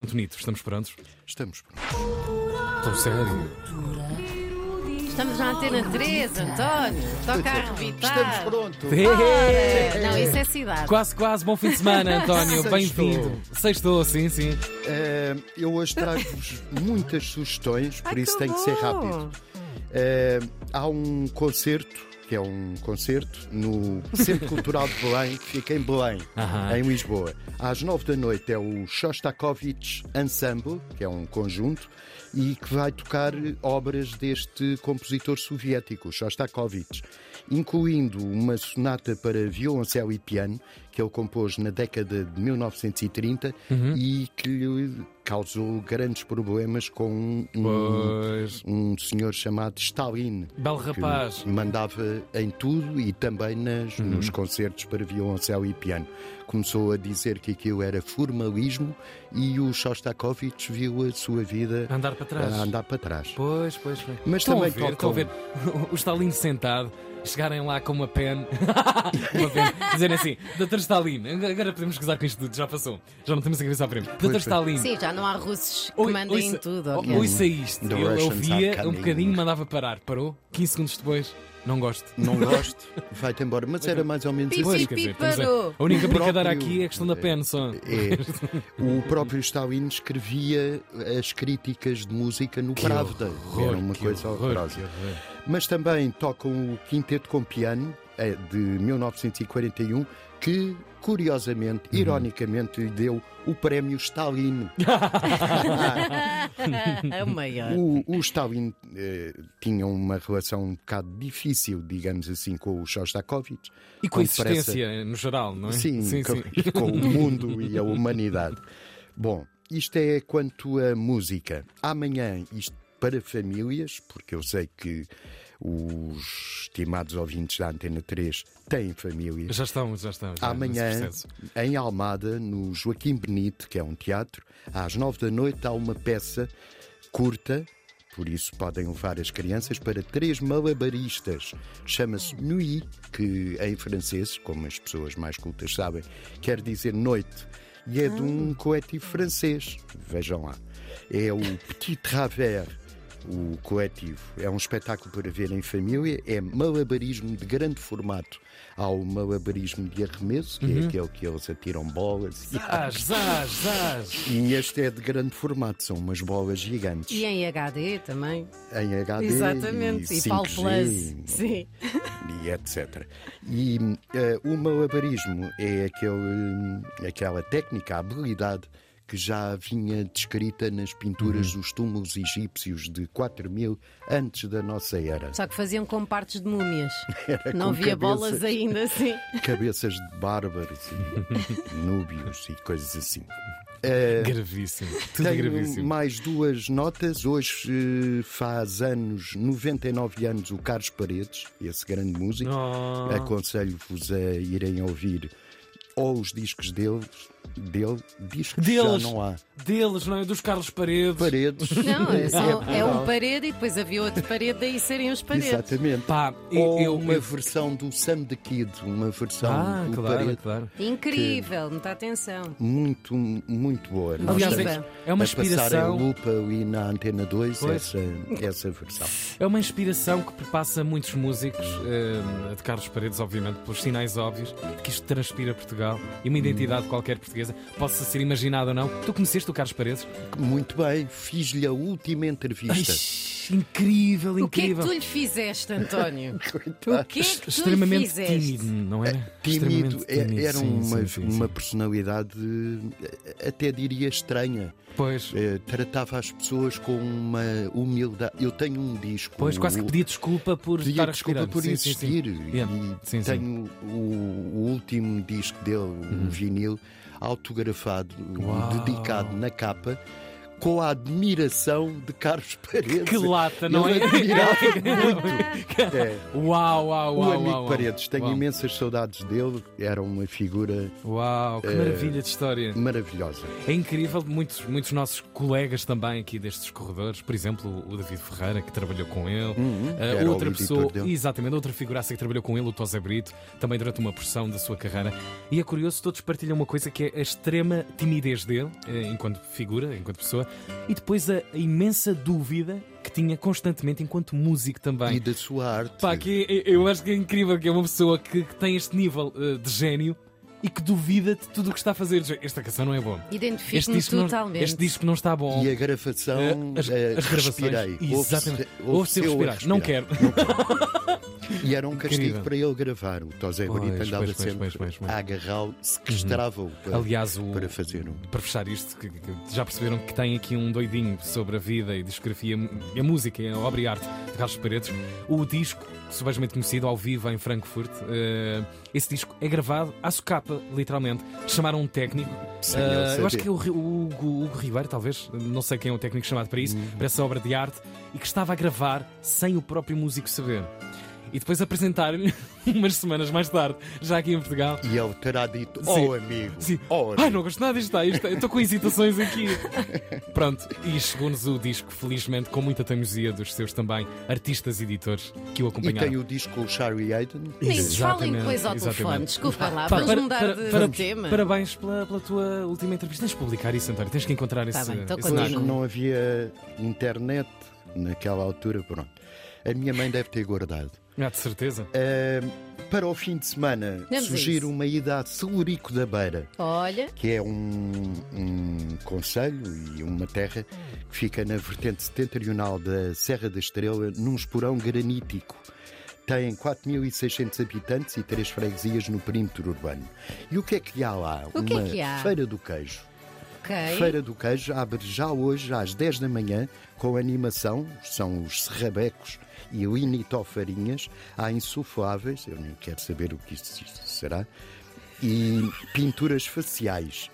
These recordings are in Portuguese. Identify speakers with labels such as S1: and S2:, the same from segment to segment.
S1: Bonito, estamos prontos?
S2: Estamos.
S1: Estou sério.
S3: Estamos na antena 3, António. Toca a
S2: Estamos
S3: arrebitar.
S2: prontos.
S1: É.
S3: Ora, Não, isso é cidade.
S1: Ah! Quase, quase, bom fim de semana, António.
S2: Sextou.
S1: Bem-vindo. Sextou, sim, sim.
S2: Eh, eu hoje trago-vos muitas sugestões, por
S3: Ai,
S2: isso
S3: que
S2: tem que ser
S3: bom.
S2: rápido. Eh, há um concerto, que é um concerto, no Centro Cultural de Belém, que fica em Belém,
S1: Aham.
S2: em Lisboa. Às nove da noite é o Shostakovich Ensemble, que é um conjunto, e que vai tocar obras deste compositor soviético, Shostakovich, incluindo uma sonata para violoncelo e piano, que ele compôs na década de 1930 e que lhe causou grandes problemas com um- um
S1: Pois.
S2: um senhor chamado Stalin.
S1: Belo
S2: que
S1: rapaz. Uhum.
S2: Mandava em tudo e também nas, nos concertos para violoncelo e piano. Começou a dizer que aquilo era formalismo e o Shostakovich viu a sua vida
S1: A andar para trás.
S2: a andar para trás.
S1: Pois, pois, pois.
S2: Mas
S1: Ah, Estão
S2: também
S1: a ver, estão
S2: tocam-
S1: a ver o Stalin sentado, chegarem lá com uma pen, uma pen dizerem assim: Dr. Stalin, agora podemos gozar com isto tudo, já passou, já não temos a cabeça à frente. Dr.
S2: foi.
S1: Stalin,
S3: Sim, já não há russos que
S1: Oi-
S3: mandem em tudo. ok?
S1: ouça isto.
S2: The
S1: Ele
S2: Russians
S1: ouvia
S2: are
S1: um
S2: coming.
S1: bocadinho, mandava parar. Parou. 15 segundos depois, não gosto.
S2: Não gosto, vai-te embora. Mas era mais ou menos
S3: Pi,
S2: assim.
S3: pi,
S1: quer dizer,
S3: pi,
S1: estamos
S3: parou.
S1: a, a única
S2: O
S1: brincadeira
S2: próprio-
S1: aqui é a questão da pen só.
S2: É, o próprio Stalin escrevia as críticas de música no Pravda.
S1: Horror,
S2: Era uma
S1: que
S2: coisa
S1: horror, que
S2: horrorosa.
S1: horror.
S2: mas também tocam o Quinteto com Piano eh, de 1941, que curiosamente,
S1: Uhum.
S2: ironicamente, lhe deu o prémio Stalin.
S3: É o maior.
S2: O, o Stalin eh, tinha uma relação um bocado difícil, digamos assim, com o Shostakovich.
S1: E com a existência, no geral, não é?
S2: Sim,
S1: sim.
S2: com,
S1: sim.
S2: com o mundo e a humanidade. Bom, isto é quanto a música. Amanhã, isto para famílias, porque eu sei que os estimados ouvintes da Antena 3 têm famílias.
S1: Já estamos, já estamos. já, é, nesse
S2: Amanhã,
S1: processo.
S2: em Almada, no Joaquim Benito, que é um teatro, às nove da noite há uma peça curta, por isso podem levar as crianças para três malabaristas. Chama-se Nuit, que em francês, como as pessoas mais cultas sabem, quer dizer noite. E é de um coletivo francês. Vejam lá. É o Petit Travers o coletivo. É um espetáculo para ver em família, é malabarismo de grande formato. Há o malabarismo de arremesso, que é aquele que eles atiram bolas.
S1: Zaz, zaz, zaz.
S2: E este é de grande formato, são umas bolas gigantes.
S3: E em HD também.
S2: Em HD
S3: Exatamente.
S2: e
S3: E Paulo
S2: 5G,
S3: Plus. Sim.
S2: e etc. E eh, o malabarismo é aquele, aquela técnica, a habilidade que já vinha descrita nas pinturas dos túmulos egípcios de 4000 antes da nossa era.
S3: Só que faziam com partes de múmias.
S2: Era
S3: Não
S2: com
S3: havia bolas
S2: cabeças.
S3: ainda assim.
S2: cabeças de bárbaros e núbios e coisas assim.
S1: É. Gravíssimo. Tudo
S2: Tenho
S1: gravíssimo.
S2: mais duas notas. Hoje eh, faz anos, 99 anos, o Carlos Paredes, esse grande músico.
S1: Oh.
S2: Aconselho-vos a irem ouvir ou os discos dele, dele discos
S1: Deles.
S2: já não há.
S1: Deles, não é? Dos Carlos Paredes.
S2: Paredes.
S3: Não, é, só-
S2: É
S3: é um
S2: Portugal.
S3: parede e depois havia outro parede, daí serem os paredes.
S2: Exatamente.
S1: Pá, e-
S2: ou
S1: eu.
S2: uma
S1: eu-
S2: versão do Sam the Kid, uma versão
S1: Ah,
S2: do
S1: claro,
S2: Paredes.
S1: claro.
S3: Incrível, muita atenção.
S2: Muito, muito boa. Nós
S1: Aliás,
S3: Viva.
S1: é, é uma
S2: a passar em
S1: inspiração.
S2: lupa ali na Antena 2
S1: Pois.
S2: essa, essa versão.
S1: É uma inspiração que perpassa muitos músicos, eh, de Carlos Paredes, obviamente, pelos sinais óbvios, de que isto transpira Portugal e uma identidade qualquer portuguesa possa ser imaginada ou não. Tu conheceste o Carlos Paredes?
S2: Muito bem, fiz-lhe a última entrevista.
S1: Ai, incrível,
S3: O que é que
S1: incrível.
S3: tu lhe fizeste, António?
S2: Coitado.
S3: O que é que tu lhe
S1: Extremamente
S3: fizeste?
S1: tímido, não era?
S2: Tímido,
S1: Extremamente
S2: é-
S1: tímido,
S2: era
S1: sim,
S2: uma,
S1: sim, sim,
S2: uma
S1: sim.
S2: personalidade, eh, até diria estranha.
S1: Pois,
S2: Eh, tratava as pessoas com uma humildade. Eu tenho um disco.
S1: pois, quase que
S2: o-
S1: pedia desculpa por
S2: Pedia
S1: estar a
S2: desculpa
S1: respirar.
S2: por
S1: Sim, sim, sim.
S2: existir.
S1: Yeah.
S2: E
S1: Sim, sim.
S2: tenho O, o último disco dele, o vinil, autografado,
S1: Uhum. Uau.
S2: dedicado na capa. com a admiração de Carlos Paredes.
S1: Que lata, não
S2: Ele
S1: é?
S2: admirava muito. É.
S1: Uau, uau, uau.
S2: O amigo
S1: uau, uau.
S2: Paredes, tenho
S1: uau.
S2: imensas saudades dele, era uma figura
S1: Uau,
S2: É.
S1: que maravilha de história.
S2: maravilhosa.
S1: É incrível, muitos, muitos nossos colegas também aqui destes corredores, por exemplo, o David Ferreira, que trabalhou com ele, Ah,
S2: Uhum. era o
S1: outra
S2: editor
S1: pessoa,
S2: dele.
S1: exatamente, outra figuraça que trabalhou com ele, o Tosé Brito, também durante uma porção da sua carreira. E é curioso, todos partilham uma coisa que é a extrema timidez dele, eh, enquanto figura, enquanto pessoa, e depois a, a imensa dúvida que tinha constantemente enquanto músico também.
S2: E da sua arte.
S1: Pá, que eu- eu acho que é incrível que é uma pessoa que, que tem este nível eh, de gênio e que duvida de tudo o que está a fazer. Esta canção não é boa. Este
S3: Identifico-me
S1: disco, não,
S3: totalmente.
S1: este disco não está bom.
S2: E a gravação,
S1: Eh, as-
S2: eh,
S1: as gravações.
S2: respirei. Ouve-se-
S1: Exatamente.
S2: ouve-se
S1: Ouve-se eu respirar. Não quero.
S2: E era um castigo
S1: Incrível.
S2: para ele gravar. O Tosé
S1: Pois,
S2: Brito andava
S1: pois, pois,
S2: sempre
S1: pois, pois, pois.
S2: a agarrá-lo, sequestrava-o para,
S1: Aliás, o-
S2: para fazer um.
S1: Para fechar isto, que- que já perceberam que tem aqui um doidinho sobre a vida e discografia, a música, a obra e arte de Carlos Paredes. O disco, subejamente conhecido ao vivo em Frankfurt, eh, esse disco é gravado à socapa, literalmente. Chamaram um técnico.
S2: Sem
S1: Eh,
S2: ele
S1: eu acho
S2: saber.
S1: que é o, Ri- o Hugo, o Hugo Ribeiro, talvez, não sei quem é o técnico chamado para isso,
S2: Hum.
S1: para essa obra de arte, e que estava a gravar sem o próprio músico saber. E depois apresentaram-lhe umas semanas mais tarde, já aqui em Portugal.
S2: E ele terá dito:
S1: Sim.
S2: Oh, amigo,
S1: Sim.
S2: oh,
S1: Ai,
S2: amigo.
S1: não gosto nada disto, tá, isto- eu estou com hesitações aqui. Pronto, e chegou-nos o disco, felizmente, com muita teimosia dos seus também artistas e editores que o
S2: E
S1: acompanharam.
S2: tem o disco com o Shari Aiden.
S3: Meninos, falem
S1: Exatamente,
S3: depois ao telefone.
S1: exatamente.
S3: Desculpa lá,
S1: Pá,
S3: vamos
S1: para-
S3: mudar
S1: para-
S3: de
S1: para-
S3: tema.
S1: Parabéns pela, pela tua última entrevista. Tens de publicar isso, António. Tens que encontrar
S3: Tá
S1: esse.
S3: bem, então
S1: esse
S2: Pois,
S3: continua.
S1: disco.
S2: não havia internet naquela altura, pronto. A minha mãe deve ter guardado.
S1: Ah, de certeza.
S2: Ahm, para o fim de semana,
S3: Vamos a
S2: sugiro
S3: isso.
S2: uma ida a Celurico da Beira,
S3: Olha,
S2: que é um, um concelho e uma terra que fica na vertente setentrional da Serra da Estrela, num esporão granítico. Tem 4.600 habitantes e três freguesias no perímetro urbano. E o que é que há lá?
S3: O que é
S2: uma
S3: que há?
S2: feira do queijo.
S3: ok.
S2: Feira do Queijo abre já hoje às 10 da manhã com animação, são os serrabecos e o initofarinhas, há insufláveis, eu nem quero saber o que isso será, e pinturas faciais.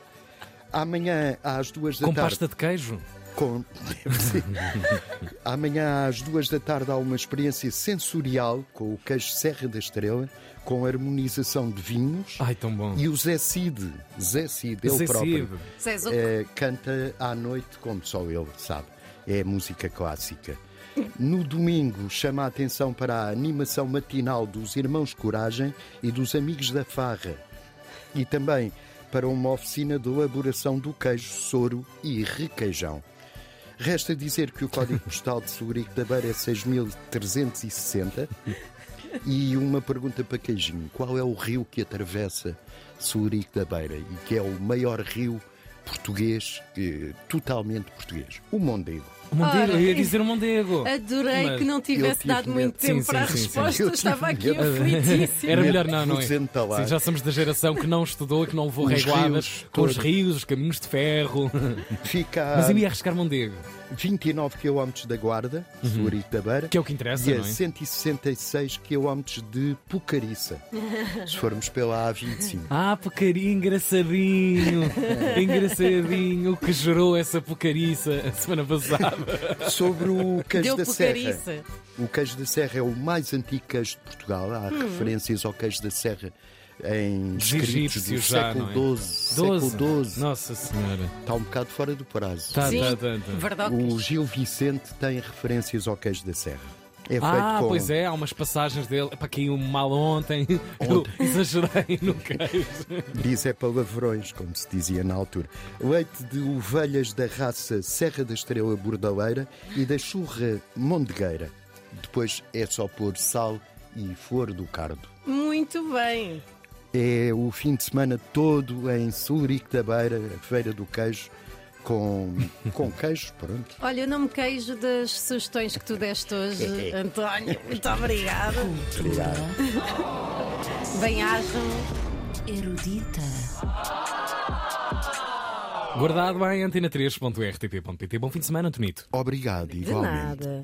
S2: Amanhã às duas da
S1: Com
S2: tarde.
S1: pasta de queijo.
S2: Com... Sim. Amanhã às duas da tarde há uma experiência sensorial com o queijo Serra da Estrela, com harmonização de vinhos.
S1: Ai, tão bom.
S2: E o Zé Cid, Zé Cid, ele
S1: Zé
S2: próprio,
S1: Cid.
S3: Zé Zuc-
S1: É,
S2: eh, canta à noite como só ele sabe. É música clássica. No domingo, chama a atenção para a animação matinal dos Irmãos Coragem e dos Amigos da Farra. E também para uma oficina de elaboração do queijo, soro e requeijão. Resta dizer que o código postal de Segurico da Beira é 6360. E uma pergunta para Queijinho: qual é o rio que atravessa Segurico da Beira e que é o maior rio português, eh, totalmente português? O Mondego.
S1: O Mondego,
S3: Ora,
S1: eu ia dizer o Mondego.
S3: Adorei
S1: Mas
S3: que não
S2: eu
S3: tivesse
S2: tive
S3: dado muito
S2: medo.
S3: tempo
S1: Sim,
S3: para a
S1: sim, sim, sim.
S3: resposta.
S2: Eu tive
S3: Estava aqui
S2: medo.
S3: aflitíssima.
S1: Era melhor não, não é?
S2: Fuzendo tá lá.
S1: Sim, já somos da geração que não estudou, que não levou
S2: Os
S1: reguadas
S2: rios
S1: com os
S2: todos.
S1: rios, os caminhos de ferro.
S2: Fica
S1: Mas
S2: a
S1: eu ia arriscar Mondego,
S2: 29 km da Guarda, Segurico da Beira.
S1: Uhum. que é o que interessa,
S2: E a
S1: não é?
S2: 166 km de Pucariça. Se formos pela A25.
S1: Ah, pecarinho, engraçadinho, engraçadinho, o que gerou essa pocariça a semana passada.
S2: Sobre o queijo
S3: Deu
S2: da Serra.
S1: Tá,
S3: porcariça.
S2: O queijo da Serra é o mais antigo queijo de Portugal. Há referências ao queijo da Serra em
S1: Dos
S2: escritos do
S1: egípcios já, não
S2: século
S1: é?
S2: XII.
S1: Doze.
S2: Século XII.
S1: Nossa Senhora.
S2: Está um bocado fora do prazo.
S1: Tá,
S3: Sim,
S1: tá, tá, tá.
S2: O
S3: verdocas.
S2: Gil Vicente tem referências ao queijo da Serra. É
S1: Ah,
S2: feito com
S1: pois é, há umas passagens dele. Para caiu mal ontem, eu exagerei no queijo.
S2: Diz é palavrões, como se dizia na altura. Leite de ovelhas da raça Serra da Estrela Bordaleira e da Churra Mondegueira. Depois é só pôr sal e flor do cardo.
S3: Muito bem.
S2: É o fim de semana todo em Sulurico da Beira, a Feira do Queijo, com, com queijo, pronto.
S3: Olha, eu não me queijo das sugestões que tu deste hoje, António. Muito obrigada.
S2: Obrigado.
S3: Bem-ajam.
S4: Erudita.
S1: Guardado em antena3.rtp.pt. Bom fim de semana, Antonito.
S2: Obrigado,
S3: De
S2: igualmente.
S3: nada.